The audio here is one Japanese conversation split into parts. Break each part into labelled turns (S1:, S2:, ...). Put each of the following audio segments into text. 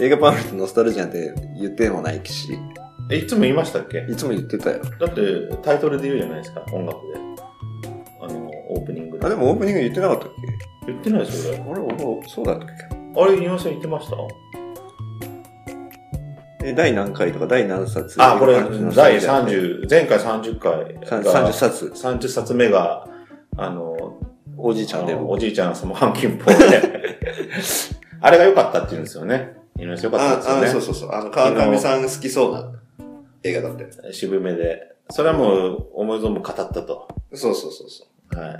S1: え、映画パンフレットノスタルジアンって言ってもないし、
S2: え、いつも言いましたっけ
S1: いつも言ってたよ。
S2: だって、タイトルで言うじゃないですか、音楽で。あの、オープニングで。
S1: あ、でもオープニング言ってなかったっけ
S2: 言ってないですよ、俺。
S1: あれ、俺、そうだったっけ
S2: あれ、言いました言ってました
S1: え、第何回とか第何冊
S2: あ、これ、第
S1: 30。
S2: 30、前回30回
S1: さん
S2: が。
S1: 30冊。
S2: 30冊目が、あの、
S1: おじいちゃんで
S2: あの
S1: も。
S2: おじいちゃんのその半金法 で。あれが良かったって言うんですよね。井上さん良かった
S1: あ
S2: で
S1: あ、そう
S2: すよね。
S1: そうそう。あの、川上さん好きそうな映画だったよね。
S2: 渋めで。それはもう思い存分語ったと。
S1: そうそうそうそ
S2: はい。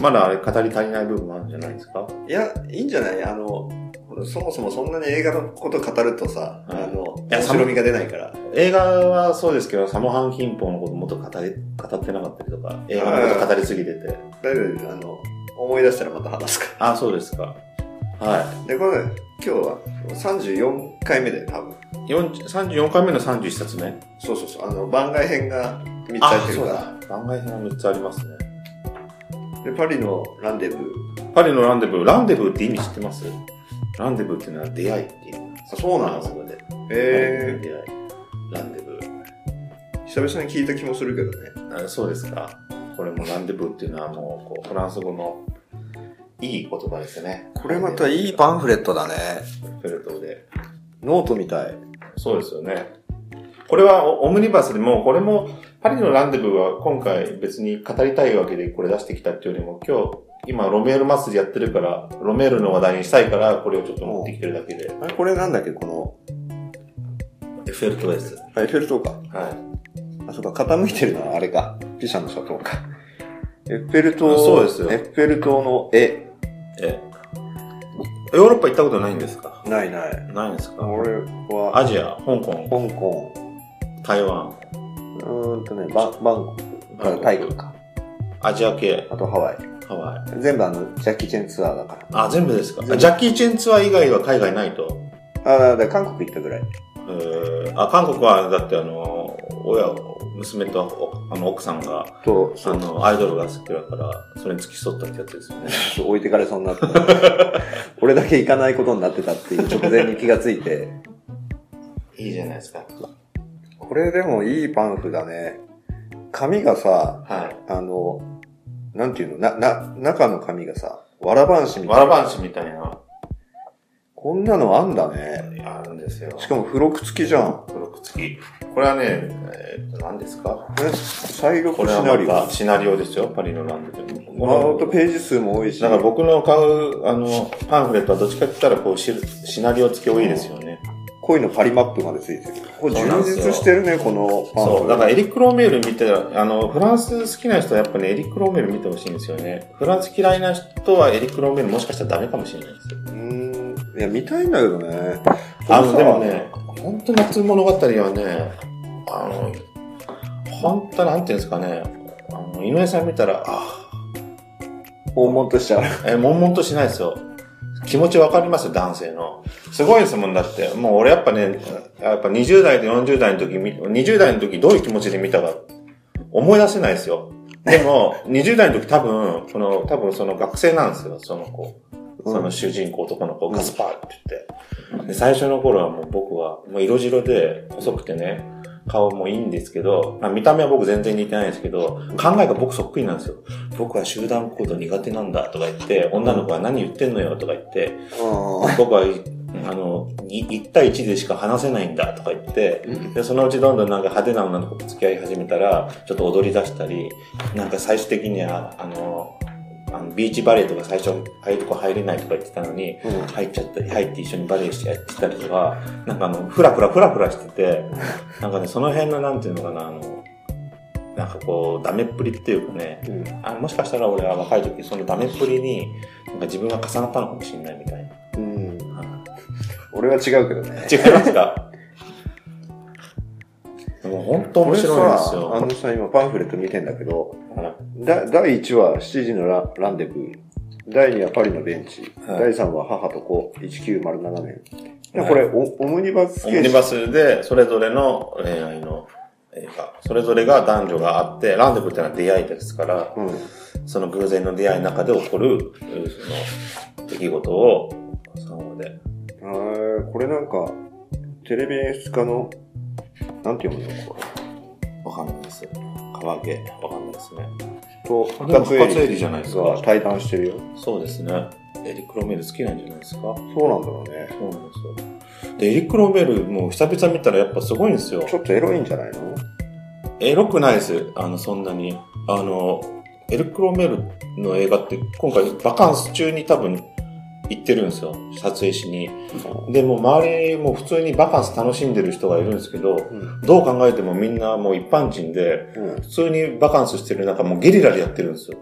S2: まだあれ語り足りない部分もあるんじゃないですか
S1: う。いや、いいんじゃないあの、そもそもそんなに映画のこと語るとさ、
S2: うん
S1: あの、
S2: いや
S1: 面白みが出ないから。
S2: 映画はそうですけど、サモハンキンポのこともっと語り、語ってなかったりとか、映画のこと語りすぎてて。
S1: だいぶ、あの、思い出したらまた話すか
S2: あ、そうですか。は
S1: ら。で、これ、今日は34回目だよ、多分。
S2: い。四34回目の31冊目。
S1: そうそうそう。あの、番外編が3つ入ってるか
S2: だ。番外編は3つありますね。
S1: ら。で、パリのランデブー。
S2: パリのランデブー、ランデブーって意味知ってますランデブーっていうのは出会いっていう。
S1: あそうなの
S2: そこで。
S1: え
S2: 出会い。ランデブー
S1: ー、久々に聞いた気もするけどね。。
S2: あそうですか。これもランデブーっていうのはもうこう、フランス語のいい言葉ですね。
S1: いいパンフレットだね。
S2: フレットで。
S1: ノートみたい。
S2: そうですよね。これはオオムニバスでも、これも、パリのランデブーは今回別に語りたいわけでこれ出してきたっていうよりも、今日、今ロメール祭りやってるから、ロメールの話題にしたいから、これをちょっと持ってきてるだけで。
S1: あれ、これなんだっけこの、
S2: エッフェルトです。
S1: あエッフェル塔か。
S2: はい。
S1: あ、そうか、傾いてるのはあれか。ピシャのシャトーか。エッフェル
S2: あ
S1: 塔、
S2: そうですよ
S1: エッフェル塔の絵。
S2: ええ、ヨーロッパ行ったことないんですか
S1: ないない。
S2: ないんですか
S1: 俺は、
S2: アジア、香港、
S1: 香港、
S2: 台湾、
S1: うーんとね、バン、バンコク、あタイか。
S2: アジア系、
S1: あとハワイ。
S2: ハワイ。
S1: 全部あの、ジャッキー・チェンツアーだから。
S2: あ、全部ですか
S1: 全部
S2: あジャッキー・チェンツアー以外は海外ないと。
S1: あ、だから韓国行ったぐらい。
S2: えーあ、韓国は、だってあの、親、娘とおあの奥さんが、
S1: と、そ
S2: あ
S1: う、
S2: の、アイドルが好きだから、それに付き添ったってやつですよね。
S1: そう置いてかれそうになって た俺だけ行かないことになってたっていう直前に気がついて。
S2: いいじゃないですか。
S1: これでもいいパンフだね。紙がさ、
S2: は
S1: あの、なんていうの、な、な、中の紙がさ、わらばんし
S2: い。
S1: みたい
S2: わ
S1: な。
S2: らばんしみたいな、
S1: こんなのあんだね。
S2: あるんですよ。
S1: しかも付録付きじゃん。
S2: 登録付き。これはね、えーっと、何ですか
S1: え、再録
S2: これ
S1: シ
S2: は
S1: ナリオ。
S2: またシナリオですよ、パリのランドでも。
S1: まあ、ほんとページ数も多いし。
S2: だから僕の買う、あの、パンフレットはどっちかって言ったら、こうシル、シナリオ付き多いですよね。
S1: 恋のパリマップまでついてる。これ
S2: そうなんです
S1: 充
S2: よ
S1: 実してるね、このパンフ
S2: そう。だからエリック・ローメール見て、あの、フランス好きな人はやっぱね、エリック・ローメール見てほしいんですよね。フランス嫌いな人はエリック・ローメールもしかしたらダメかもしれないですよ。
S1: うーん。いや、見たいんだけどね。
S2: あの、
S1: これさ
S2: でも。ね、本当夏物語はね、あの、本当なんていうんですかね、あの、井上さん見たら、あ
S1: 訪問としちゃう。
S2: え、悶々としないですよ。気持ちわかりますよ、男性の。すごいですもんだって。もう俺やっぱね、やっぱ20代と40代の時見、20代の時どういう気持ちで見たか思い出せないですよ。でも、20代の時多分、この、多分その学生なんですよ、その子。その主人公男の子、
S1: うん
S2: ガスパーって言って。で、最初の頃はもう僕は、もう色白で細くてね、顔もいいんですけど、まあ見た目は僕全然似てないですけど、考えが僕そっくりなんですよ。僕は集団行動苦手なんだとか言って、女の子は何言ってんのよとか言って、僕は、いあの、い1対1でしか話せないんだとか言って、
S1: うん。
S2: で、そのうちどんどんなんか派手な女の子と付き合い始めたら、ちょっと踊り出したり、なんか最終的には、あの、あのビーチバレーとか最初、ああいうとこ入れないとか言ってたのに、
S1: うん
S2: 入っちゃったり、入って一緒にバレーしてやってたりとか、なんかあの、ふらふらふらふらしてて、なんかね、その辺のなんていうのかな、あの、なんかこう、ダメっぷりっていうかね、
S1: うん。
S2: あもしかしたら俺は若い時、そのダメっぷりに、なんか自分が重なったのかもしれないみたいな。
S1: うん。
S2: はい
S1: 俺は違うけどね。
S2: 違いますかで も本当面白いんです
S1: これさあ
S2: よ。
S1: のさ、今パンフレット見てんだけど、
S2: はい
S1: だ第1話、7時のラランデブー。第2話、パリのベンチ。
S2: はい
S1: 第3話、母と子、1907年。いやこれ、おオムニバス
S2: オ
S1: 形
S2: ムニ
S1: 式。
S2: バスで、それぞれの恋愛の映画、それぞれが男女があって、ランデブーってのは出会いですから、
S1: うん。
S2: その偶然の出会いの中で起こる、えーその、出来事を、3話で。
S1: へーこれなんか、テレビ演出家の、なんて読むのこれ。
S2: わかんないです。川毛、わかんないですね。
S1: と、
S2: あでも
S1: 深
S2: 深津絵里じゃないですか
S1: が対談してるよ。
S2: そうですね。エリック・ロメール好きなんじゃないですかそう
S1: そうなんだろうね。
S2: なんですよ。で、エリック・ロメールもう久々見たらやっぱすごいんですよ。
S1: ちょっとエロいんじゃないの
S2: エロくないです。あの、そんなに。あの、エルクロメールの映画って今回バカンス中に多分行ってるんですよ。撮影しに。で、もう周りもう普通にバカンス楽しんでる人がいるんですけど、
S1: うん。
S2: どう考えてもみんなもう一般人で、
S1: うん。
S2: 普通にバカンスしてる中もうゲリラでやってるんですよ。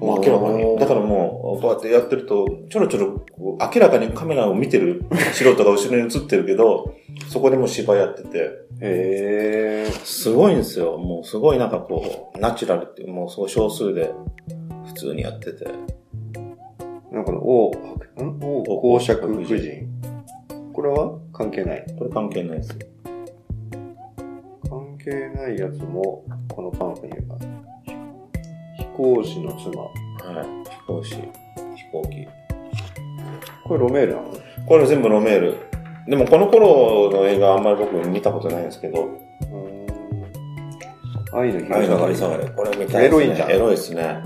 S2: もう明らか
S1: お
S2: に。
S1: ー
S2: だからもう、こうやってやってると、ちょろちょろ、こう明らかにカメラを見てる素人が後ろに映ってるけど、そこでもう芝居やってて。
S1: へえ。
S2: すごいんですよ。もうすごいなんかこう、ナチュラルっていう、もうすごい少数で普通にやってて。
S1: なんかの、王白、ん王公爵夫人。これは関係ない。
S2: これ関係ないです。
S1: 関係ないやつも、このパンフに言うか。飛行士の妻。
S2: はい。飛行士、飛行機。
S1: これロメールなの
S2: これ全部ロメール。でもこの頃の映画あんまり僕見たことないんですけど、
S1: うーん。愛の
S2: ああいうのがあ
S1: り
S2: りさがり。これ見たいです、ね。
S1: エロいんじゃん
S2: エロいですね。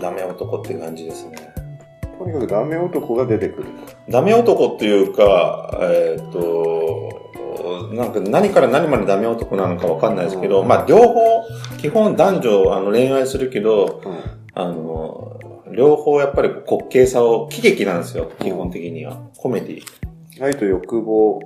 S2: ダメ男って感じですね。
S1: とにかくダメ男が出てくる。
S2: ダメ男っていうか、えーっ、と、なんか何から何までダメ男なのかわかんないですけど、
S1: うん
S2: まあ両方、基本男女あの恋愛するけど、
S1: うん。
S2: あの、両方やっぱり滑稽さを、喜劇なんですよ、基本的には。コメディ。
S1: 愛と欲望、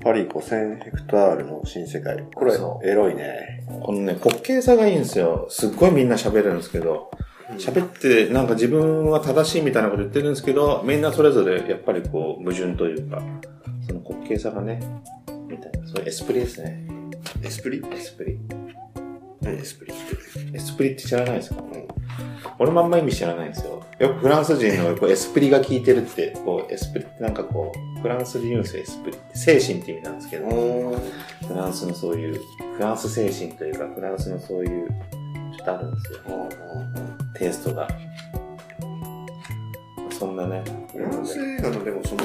S1: パリ5000ヘクタールの新世界。これ
S2: そ、
S1: エロいね。
S2: このね、滑稽さがいいんですよ。すっごいみんな喋るんですけど、喋ってなんか自分は正しいみたいなこと言ってるんですけど、みんなそれぞれやっぱりこう、矛盾というか、その滑稽さがね、みたいな。それエスプリですね。
S1: エスプリ
S2: エスプリ。
S1: 何エスプリって。
S2: エスプリって知らないですか、俺もあんま意味知らないんですよ。よくフランス人のこうエスプリが効いてるって、こう、エスプリってなんかこう、フランスで言うんですよ、エスプリって。精神って意味なんですけど、
S1: うん。
S2: フランスのそういう、フランス精神というか、フランスのそういう、ちょっとあるんですよ、テイストが。そんなね。
S1: フランス映画のでもその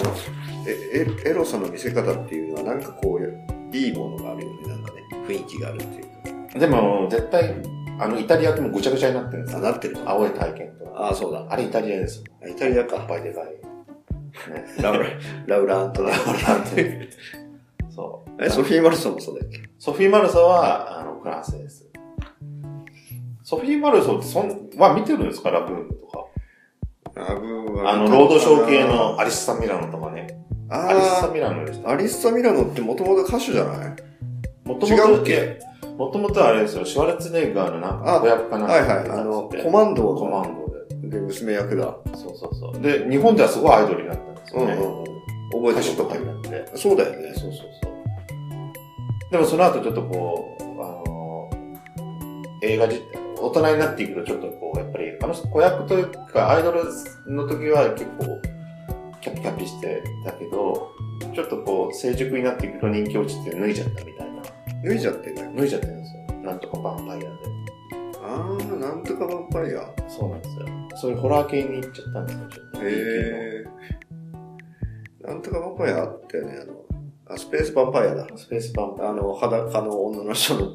S1: えエエロさの見せ方っていうのはなんかこういいものがあるよねなんかね雰囲気があるっていう
S2: でも、絶対、あの、イタリアってもうぐちゃぐちゃになってるんです
S1: かあ
S2: よ。
S1: なってるの
S2: 青い体験とか。
S1: ああそうだ
S2: あれイタリアです。
S1: イタリアか
S2: バイデバイ。ね
S1: ラウラ ラウランとラウランという
S2: そう。
S1: えソフィー・マルソンもそうだっけ
S2: ソフィー・マルソは、あの、フランスです。ソフィー・マルソってそん、は見てるんですかラブームとか。
S1: ラブ
S2: あの、労働省系のアリッサ・ミラノとかね。アリッサ・
S1: あ
S2: ミラノでし
S1: あ
S2: た。
S1: アリッサ・ミラノってもともと歌手じゃない
S2: もとも
S1: 違うっ
S2: と、
S1: け
S2: もともとあれですよ、シュワルツェネッガーのなん
S1: あ
S2: か、小屋っかなんか
S1: はいはいあのコマンド
S2: コマンド
S1: で娘役だ
S2: で。そうそうそう。で、日本ではすごいアイドルになったんです
S1: うん
S2: よ
S1: う
S2: ね。
S1: んうん覚
S2: 歌
S1: えて
S2: 手
S1: る
S2: とかになって。
S1: そうだよね
S2: そうそうそう。でもその後ちょっとこう、あの、映画じ、大人になっていくとちょっとこう、やっぱり、あの人子役というか、アイドルの時は結構、キャピキャピしてたけど、ちょっとこう、成熟になっていくと人気落ちて脱いじゃったみたいな。
S1: 脱いじゃってんだよ
S2: 脱いじゃってるんですよ。なんとかバンパイアで。
S1: ああなんとかヴァンパイア
S2: そうなんですよ。そういうホラー系に行っちゃったんですよ、ちょっと。
S1: へえ。なんとかヴァンパイアあったよね、あの、あスペースヴァンパイアだ。
S2: スペースバンパイ
S1: あの、裸の女の人のヴ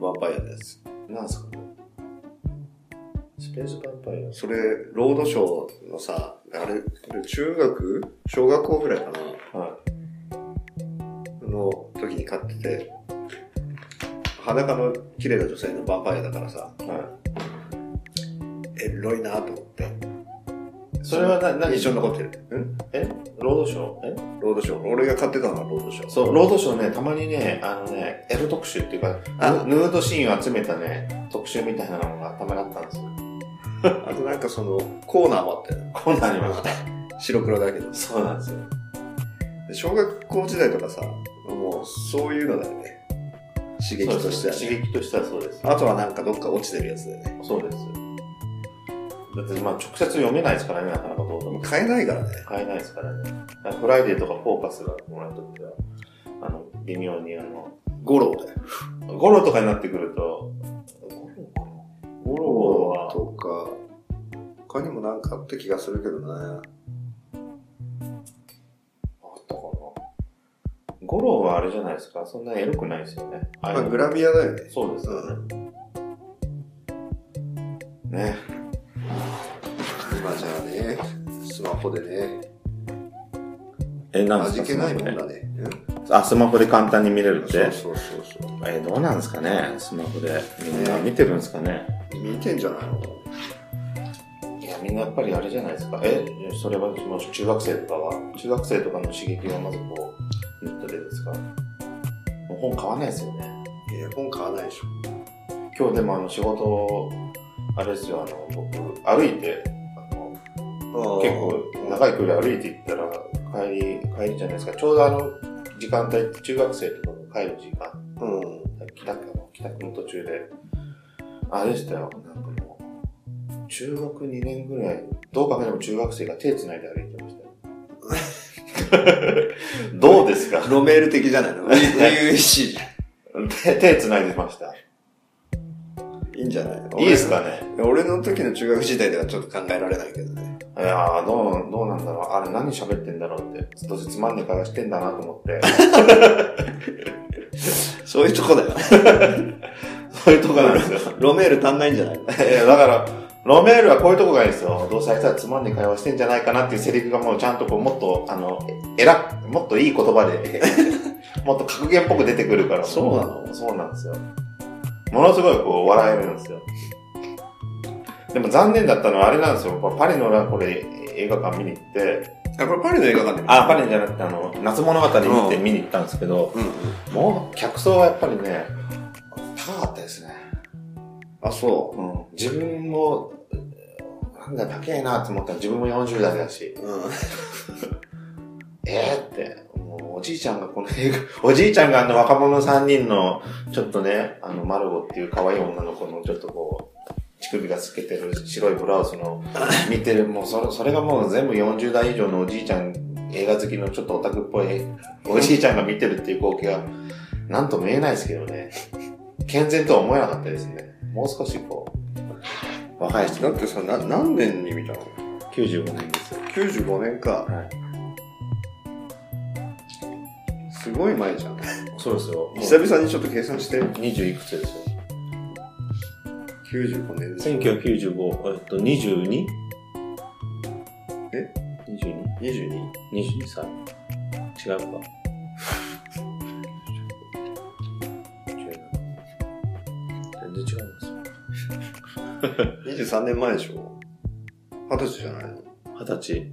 S1: ァンパイアのやつ。
S2: ア。なんすかね。スペースバンパイア。
S1: それ、ロードショーのさ、あれ、中学小学校ぐらいかな
S2: はい。
S1: の時に買ってて、裸の綺麗な女性のヴァンパイアだからさ、
S2: は
S1: エロいなと思って。
S2: い。それはな、何
S1: 印象に残ってる。ん
S2: えロードショーえ
S1: ロードショー。俺が買ってたのはロードショー。
S2: そう、ロードショーね、たまにね、あのね、エロ特集っていうか、
S1: あ
S2: ヌヌードシーンを集めたね、特集みたいなのがたまにあったんですよ。
S1: あとなんかその、コーナーもあったよね。
S2: こんなんありました。
S1: 白黒だけど。
S2: そうなんですよ。
S1: で小学校時代とかさ、もうそういうのだよね。刺激としてはね、
S2: そうです刺激としてはそうです。
S1: あとはなんかどっか落ちてるやつだよね。
S2: そうです。だってまあ直接読めないですからね、なかなかどうでも。
S1: 買えないからね。
S2: 買えないですからね。だからフライデーとかフォーカスがもらうときは、あの、微妙にあの、
S1: ゴロだよ。
S2: ゴロとかになってくると、ゴロは、
S1: とか、他にもなんかあった気がするけどね。
S2: あったかな。ゴロはあれじゃないですか、そんなエロくないですよね。あ
S1: まあグラビアだよね。
S2: そうですよね。ね。
S1: 今じゃあね、スマホでね、
S2: え、な
S1: 味気ないもんだね。うん
S2: あ、スマホで簡単に見れるって。
S1: そうそうそうそ
S2: えーどうなんですかねスマホで。みんな見てるんですかね
S1: う。見てんじゃないの
S2: いや、みんなやっぱりあれじゃないですか。え、それはその中学生とかは中学生とかの刺激はまずこう、ネットでですかもう本買わないですよね。
S1: いや、本買わないでしょ。
S2: 今日でもあの仕事、あれですよ、あの、僕、歩いて、あの、結構長い距離歩いて行ったら、帰り、帰りじゃないですか。ちょうどあの、時間帯って中学生とかが帰る時間
S1: うん。
S2: 帰宅の帰宅の途中で、あれでしたよ、なんかもう、中学2年ぐらい、どう考えても中学生が手繋いで歩いてました よ。どうですか
S1: ロメール的じゃ ないの初々しいじゃ
S2: 手、手繋いでました。
S1: ん。いいんじゃ ない
S2: いいですかね
S1: 俺の時の中学時代ではちょっと考えられないけどね。
S2: いやー、どう、どうなんだろう。あれ何喋ってんだろうって。どうせつまんねえ会話してんだなと思 って。
S1: そういうとこだよ。
S2: そういうとこなんですよ。
S1: ロメール足んないんじゃない
S2: いやだから、ロメールはこういうとこがいいですよ。どうせあいつはつまんねえ会話してんじゃないかなっていうセリフがもうちゃんとこう、もっと、あの、えらく、もっといい言葉で、 もっと格言っぽく出てくるから。
S1: そうなの
S2: そうなんですよ。ものすごいこう、笑えるんですよ。でも残念だったのはあれなんですよ。これパリのなこれ映画館見に行って、
S1: あ、これパリの映画館で
S2: あ、パリじゃなくてあの、夏物語見て見に行ったんですけど、
S1: うんうん。
S2: もう客層はやっぱりね、高かったですね。
S1: あ、そ
S2: うん自分も、なんだ、高えなって思ったら自分も40代だし、
S1: う。うん。
S2: えーって、もうおじいちゃんがこの映画、お じいちゃんがあの若者3人の、ちょっとね、あの、マルゴっていう可愛い女の子のちょっとこう、乳首が透けてる白いブラウスの見てる、もうそれ、それがもう全部40代以上のおじいちゃん、映画好きのちょっとオタクっぽいおじいちゃんが見てるっていう光景は、なんとも言えないですけどね。健全とは思えなかったですね。もう少しこう、若い人
S1: だってさ、な、何年に見たの
S2: 95年ですよ。
S1: ?95 年か。
S2: はい。
S1: すごい前じゃん。
S2: そうですよ。
S1: 久々にちょっと計算して。
S2: 20いくつですよ。
S1: 95年です。
S2: 1995、えっと、22?
S1: え
S2: ?22?22
S1: 22?
S2: 歳。違うか。違う全然違いますよ。
S1: 23年前でしょ二十歳じゃないの
S2: 二十歳。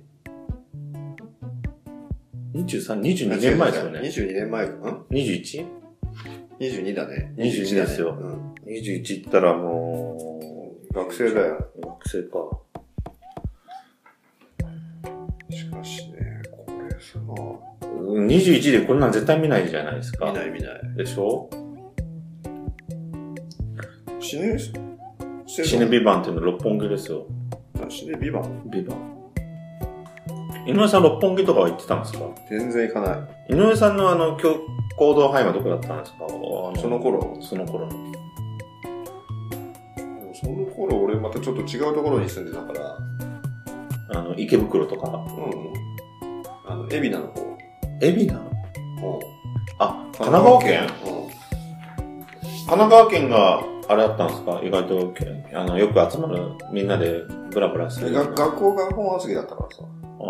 S2: 23、22年前ですよね。
S1: 22年前か。ん
S2: 21?21
S1: 22だね。
S2: 22ですよ
S1: うん。
S2: って言ったらもう、
S1: 学生だよ。
S2: 学生か。
S1: しかしね、これさ、
S2: うん21でこんなん絶対見ないじゃないですか。
S1: 見ない見ない。
S2: でしょ
S1: 死ぬ
S2: 死ねビバンっていうの六本木ですよ。
S1: バン。死ねビバン。
S2: ビバン。井上さん六本木とかは行ってたんですか
S1: 全然行かない。
S2: 井上さんのあの、今日行動範囲はどこだったんですかあの
S1: その頃
S2: その頃の。
S1: でもその頃俺またちょっと違うところに住んでたから、
S2: あの、池袋と
S1: う
S2: か。
S1: ん。あの、海老名の方。
S2: 海老名
S1: うん
S2: あ、神奈川県神奈川県が、あれだったんですか意外と、あの、よく集まる、みんなでブラブラす
S1: うん。
S2: る。
S1: が
S2: あ
S1: 学校が本厚木だったからさ。
S2: あ、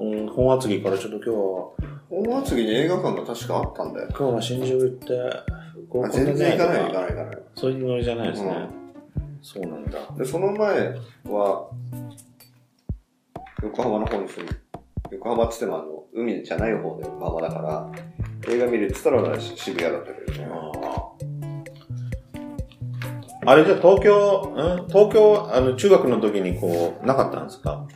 S2: うん、本厚木からちょっと今日は、
S1: 本厚木に映画館が確かあったんだよ。
S2: 今日は新宿行って、
S1: あ全然行かない行か
S2: い。
S1: ない行かない。
S2: そういうノリじゃないですね。
S1: うん
S2: そうなんだ。
S1: で、その前は、横浜の方に住む。横浜っつってもあの、海じゃない方で横浜だから、映画見るっつったらし渋谷だったけどね。
S2: あれじゃあ東京、うん東京、あの、中学の時にこう、なかったんですか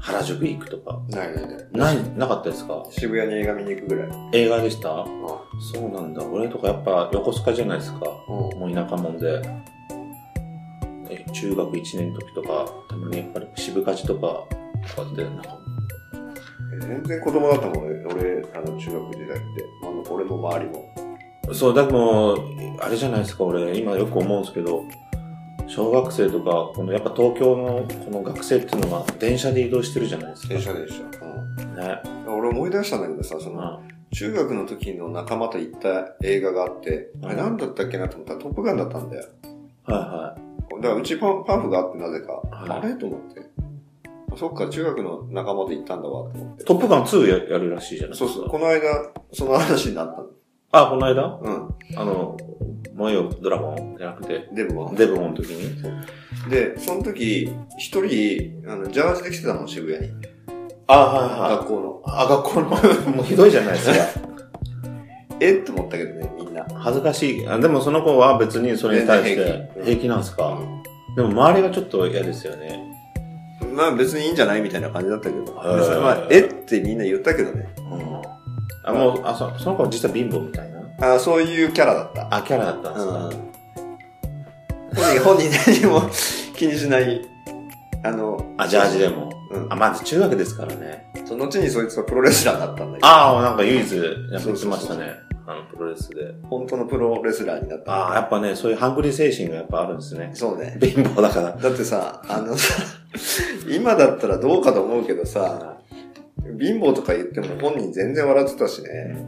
S2: 原宿行くとか。
S1: ないないない。
S2: ない、なかったですか
S1: 渋谷に映画見に行くぐらい。
S2: 映画でしたそうなんだ。俺とかやっぱ横須賀じゃないですか。
S1: うん。
S2: もう田舎もんで。ね、中学1年の時とか、たまにやっぱり渋かじとか、こうやって、なんか、
S1: 全然子供だったもんね、俺、あの、中学時代って。あの俺も周りも。
S2: そう、だからもう、あれじゃないですか、俺、今よく思うんですけど、小学生とか、このやっぱ東京のこの学生っていうのは、電車で移動してるじゃないですか。
S1: 電車電車。うん。
S2: ね。
S1: 俺思い出したんだけどさ、その、
S2: う
S1: 中学の時の仲間と行った映画があって、あれ何だったっけなと思ったらトップガンだったんだよ。
S2: ん。は
S1: だからうちパンパンフがあってなぜか、
S2: はい
S1: あれと思って。あそっか、中学の仲間と行ったんだわと思っ
S2: い。
S1: て。
S2: トップガン2ややるらしいじゃない
S1: そ
S2: で
S1: う
S2: すか。
S1: そう、この間、その話になったの。
S2: あ、この間
S1: う
S2: あの、燃えよドラゴンじゃなくて、
S1: ん、デブは。
S2: デブモンの時に。
S1: で、その時、一人、あの、ジャージで来てたの、渋谷に。
S2: あ、はい
S1: 学校の。
S2: あ、学校の、もうひどいじゃないですか。
S1: えって思ったけどね、みんな。
S2: 恥ずかしい。あでもその子は別にそれに対し
S1: 全然
S2: て
S1: 平気
S2: 平気なんですか。でも周りがちょっと嫌ですよね。
S1: まあ別にいいんじゃないみたいな感じだったけど。別
S2: はい
S1: にまあ、えってみんな言ったけどね。
S2: うん。あ、もう、あ、そその子は実は貧乏みたいな。
S1: あそういうキャラだった。
S2: あ、キャラだったんですか。
S1: 本人、本人何も気にしない。あの、
S2: あ、ジャージでも。
S1: うん
S2: あ、まず中学ですからね。
S1: その後にそいつはプロレスラーだったんだけど、
S2: ああ、なんか唯一やってました
S1: そうそうそうそ
S2: ね。あの、プロレスで。
S1: 本当のプロレスラーになった。
S2: ああ、やっぱね、そういうハングリー精神がやっぱあるんですね。
S1: そうね。
S2: 貧乏だから。
S1: だってさ、あのさ、今だったらどうかと思うけどさ、貧乏とか言っても本人全然笑ってたしね。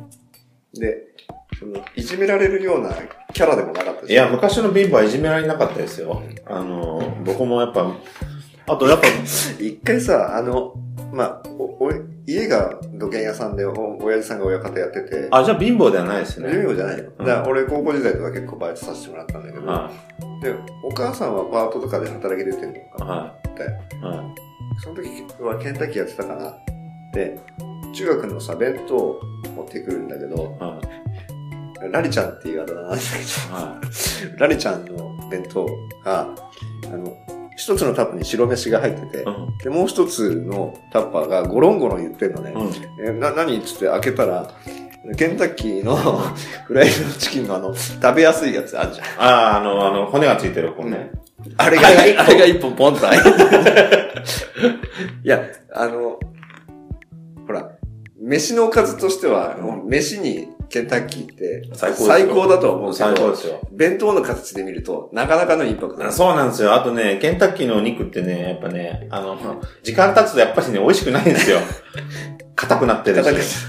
S1: で、そのいじめられるようなキャラでもなかったし。
S2: いや、昔の貧乏はいじめられなかったですよ。あの、僕もやっぱ、あとやっぱ、
S1: 一回さ、あの、まあ、お俺、家が土建屋さんで、お親父さんが親方やってて、
S2: あ、じゃあ貧乏ではないですね。
S1: 授業じゃないよ。
S2: う
S1: だ
S2: ん
S1: から俺高校時代とか結構バイトさせてもらったんだけど、
S2: は
S1: で、お母さんはパートとかで働き出てるの
S2: い。
S1: かな
S2: は
S1: って、
S2: い。は
S1: その時はケンタッキーやってたかな。で、中学のさ、弁当を持ってくるんだけど
S2: い。、はい。
S1: ラリちゃんっていうあだ名なんだ
S2: は
S1: けど、ラリちゃんの弁当が、あの、一つのタップに白飯が入ってて
S2: い。、う
S1: で、もう一つのタッパーがゴロンゴロン言ってんのね。
S2: ん。うん。
S1: え、な、何っつって開けたら、ケンタッキーの フライドチキンのあの、食べやすいやつあるじゃん。
S2: ああ、あの、あの、骨がついてる子ね。
S1: あれが、あれが一本ポンと開いて いや、あの、ほら、飯のおかずとしては、飯にケンタッキーって
S2: 最高ですよ
S1: だとは思うけ
S2: 最高
S1: ど
S2: で、すよ。
S1: 弁当の形で見ると、なかなかのインパクトだ
S2: そうなんですよ。あとね、ケンタッキーのお肉ってね、やっぱね、あの、時間経つとやっぱりね、美味しくないんですよ。 硬くなってる
S1: 叩く
S2: し。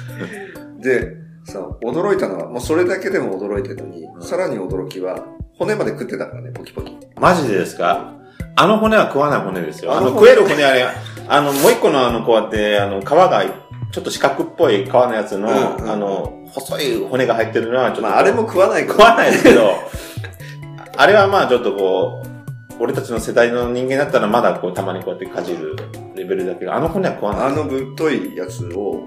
S1: で、さ、驚いたのは、もうそれだけでも驚いてるのに、
S2: うん
S1: さらに驚きは、骨まで食ってたからね、ポキポキ。
S2: マジでですかあの骨は食わない骨ですよ。あ
S1: あの
S2: の食
S1: 骨
S2: える骨あれ、あの、もう一個のあの、こうやって、あの、皮が、ちょっと四角っぽい皮のやつの、
S1: うんうんうん
S2: あの、細い骨が入ってるのは、ちょっと、
S1: まあ、あれも食わないから
S2: 食わないですけど、 あれはまあちょっとこう、俺たちの世代の人間だったらまだこう、たまにこうやってかじるレベルだけど、あの骨は食わない。
S1: あのぶっといやつを、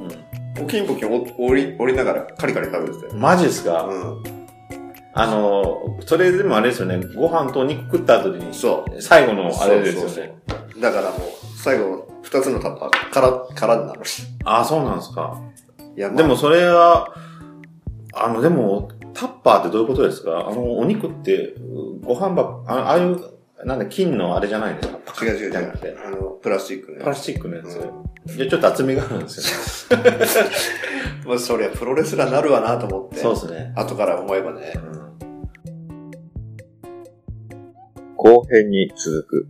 S1: ポキンポキン折り、折りながらカリカリ食べてたよ
S2: う。んマジですか、
S1: うん。
S2: あの、それでもあれですよね、ご飯とお肉食った後に、
S1: そ
S2: 最後のあれですよ
S1: そ
S2: ね。
S1: うそうう。だからもう、最後、二つのタッパー、から、からになるし。
S2: ああ、そうなんですか。
S1: いや、まあ
S2: でも、それは、あの、でも、タッパーってどういうことですかあの、お肉って、ご飯ばっあああいう、なんだ、金のあれじゃないですかパカ
S1: 違う
S2: ッ
S1: 違う
S2: じゃなく
S1: 違
S2: て
S1: う。。あの、プラスチックね
S2: プ。ラスチックのやつ。
S1: う
S2: で、ちょっと厚みがあるんです
S1: まあ、そりゃプロレスラーになるわなと思っ
S2: よね。
S1: て。
S2: そうですね。
S1: 後から思えばね。
S2: うん
S1: 後編に続く。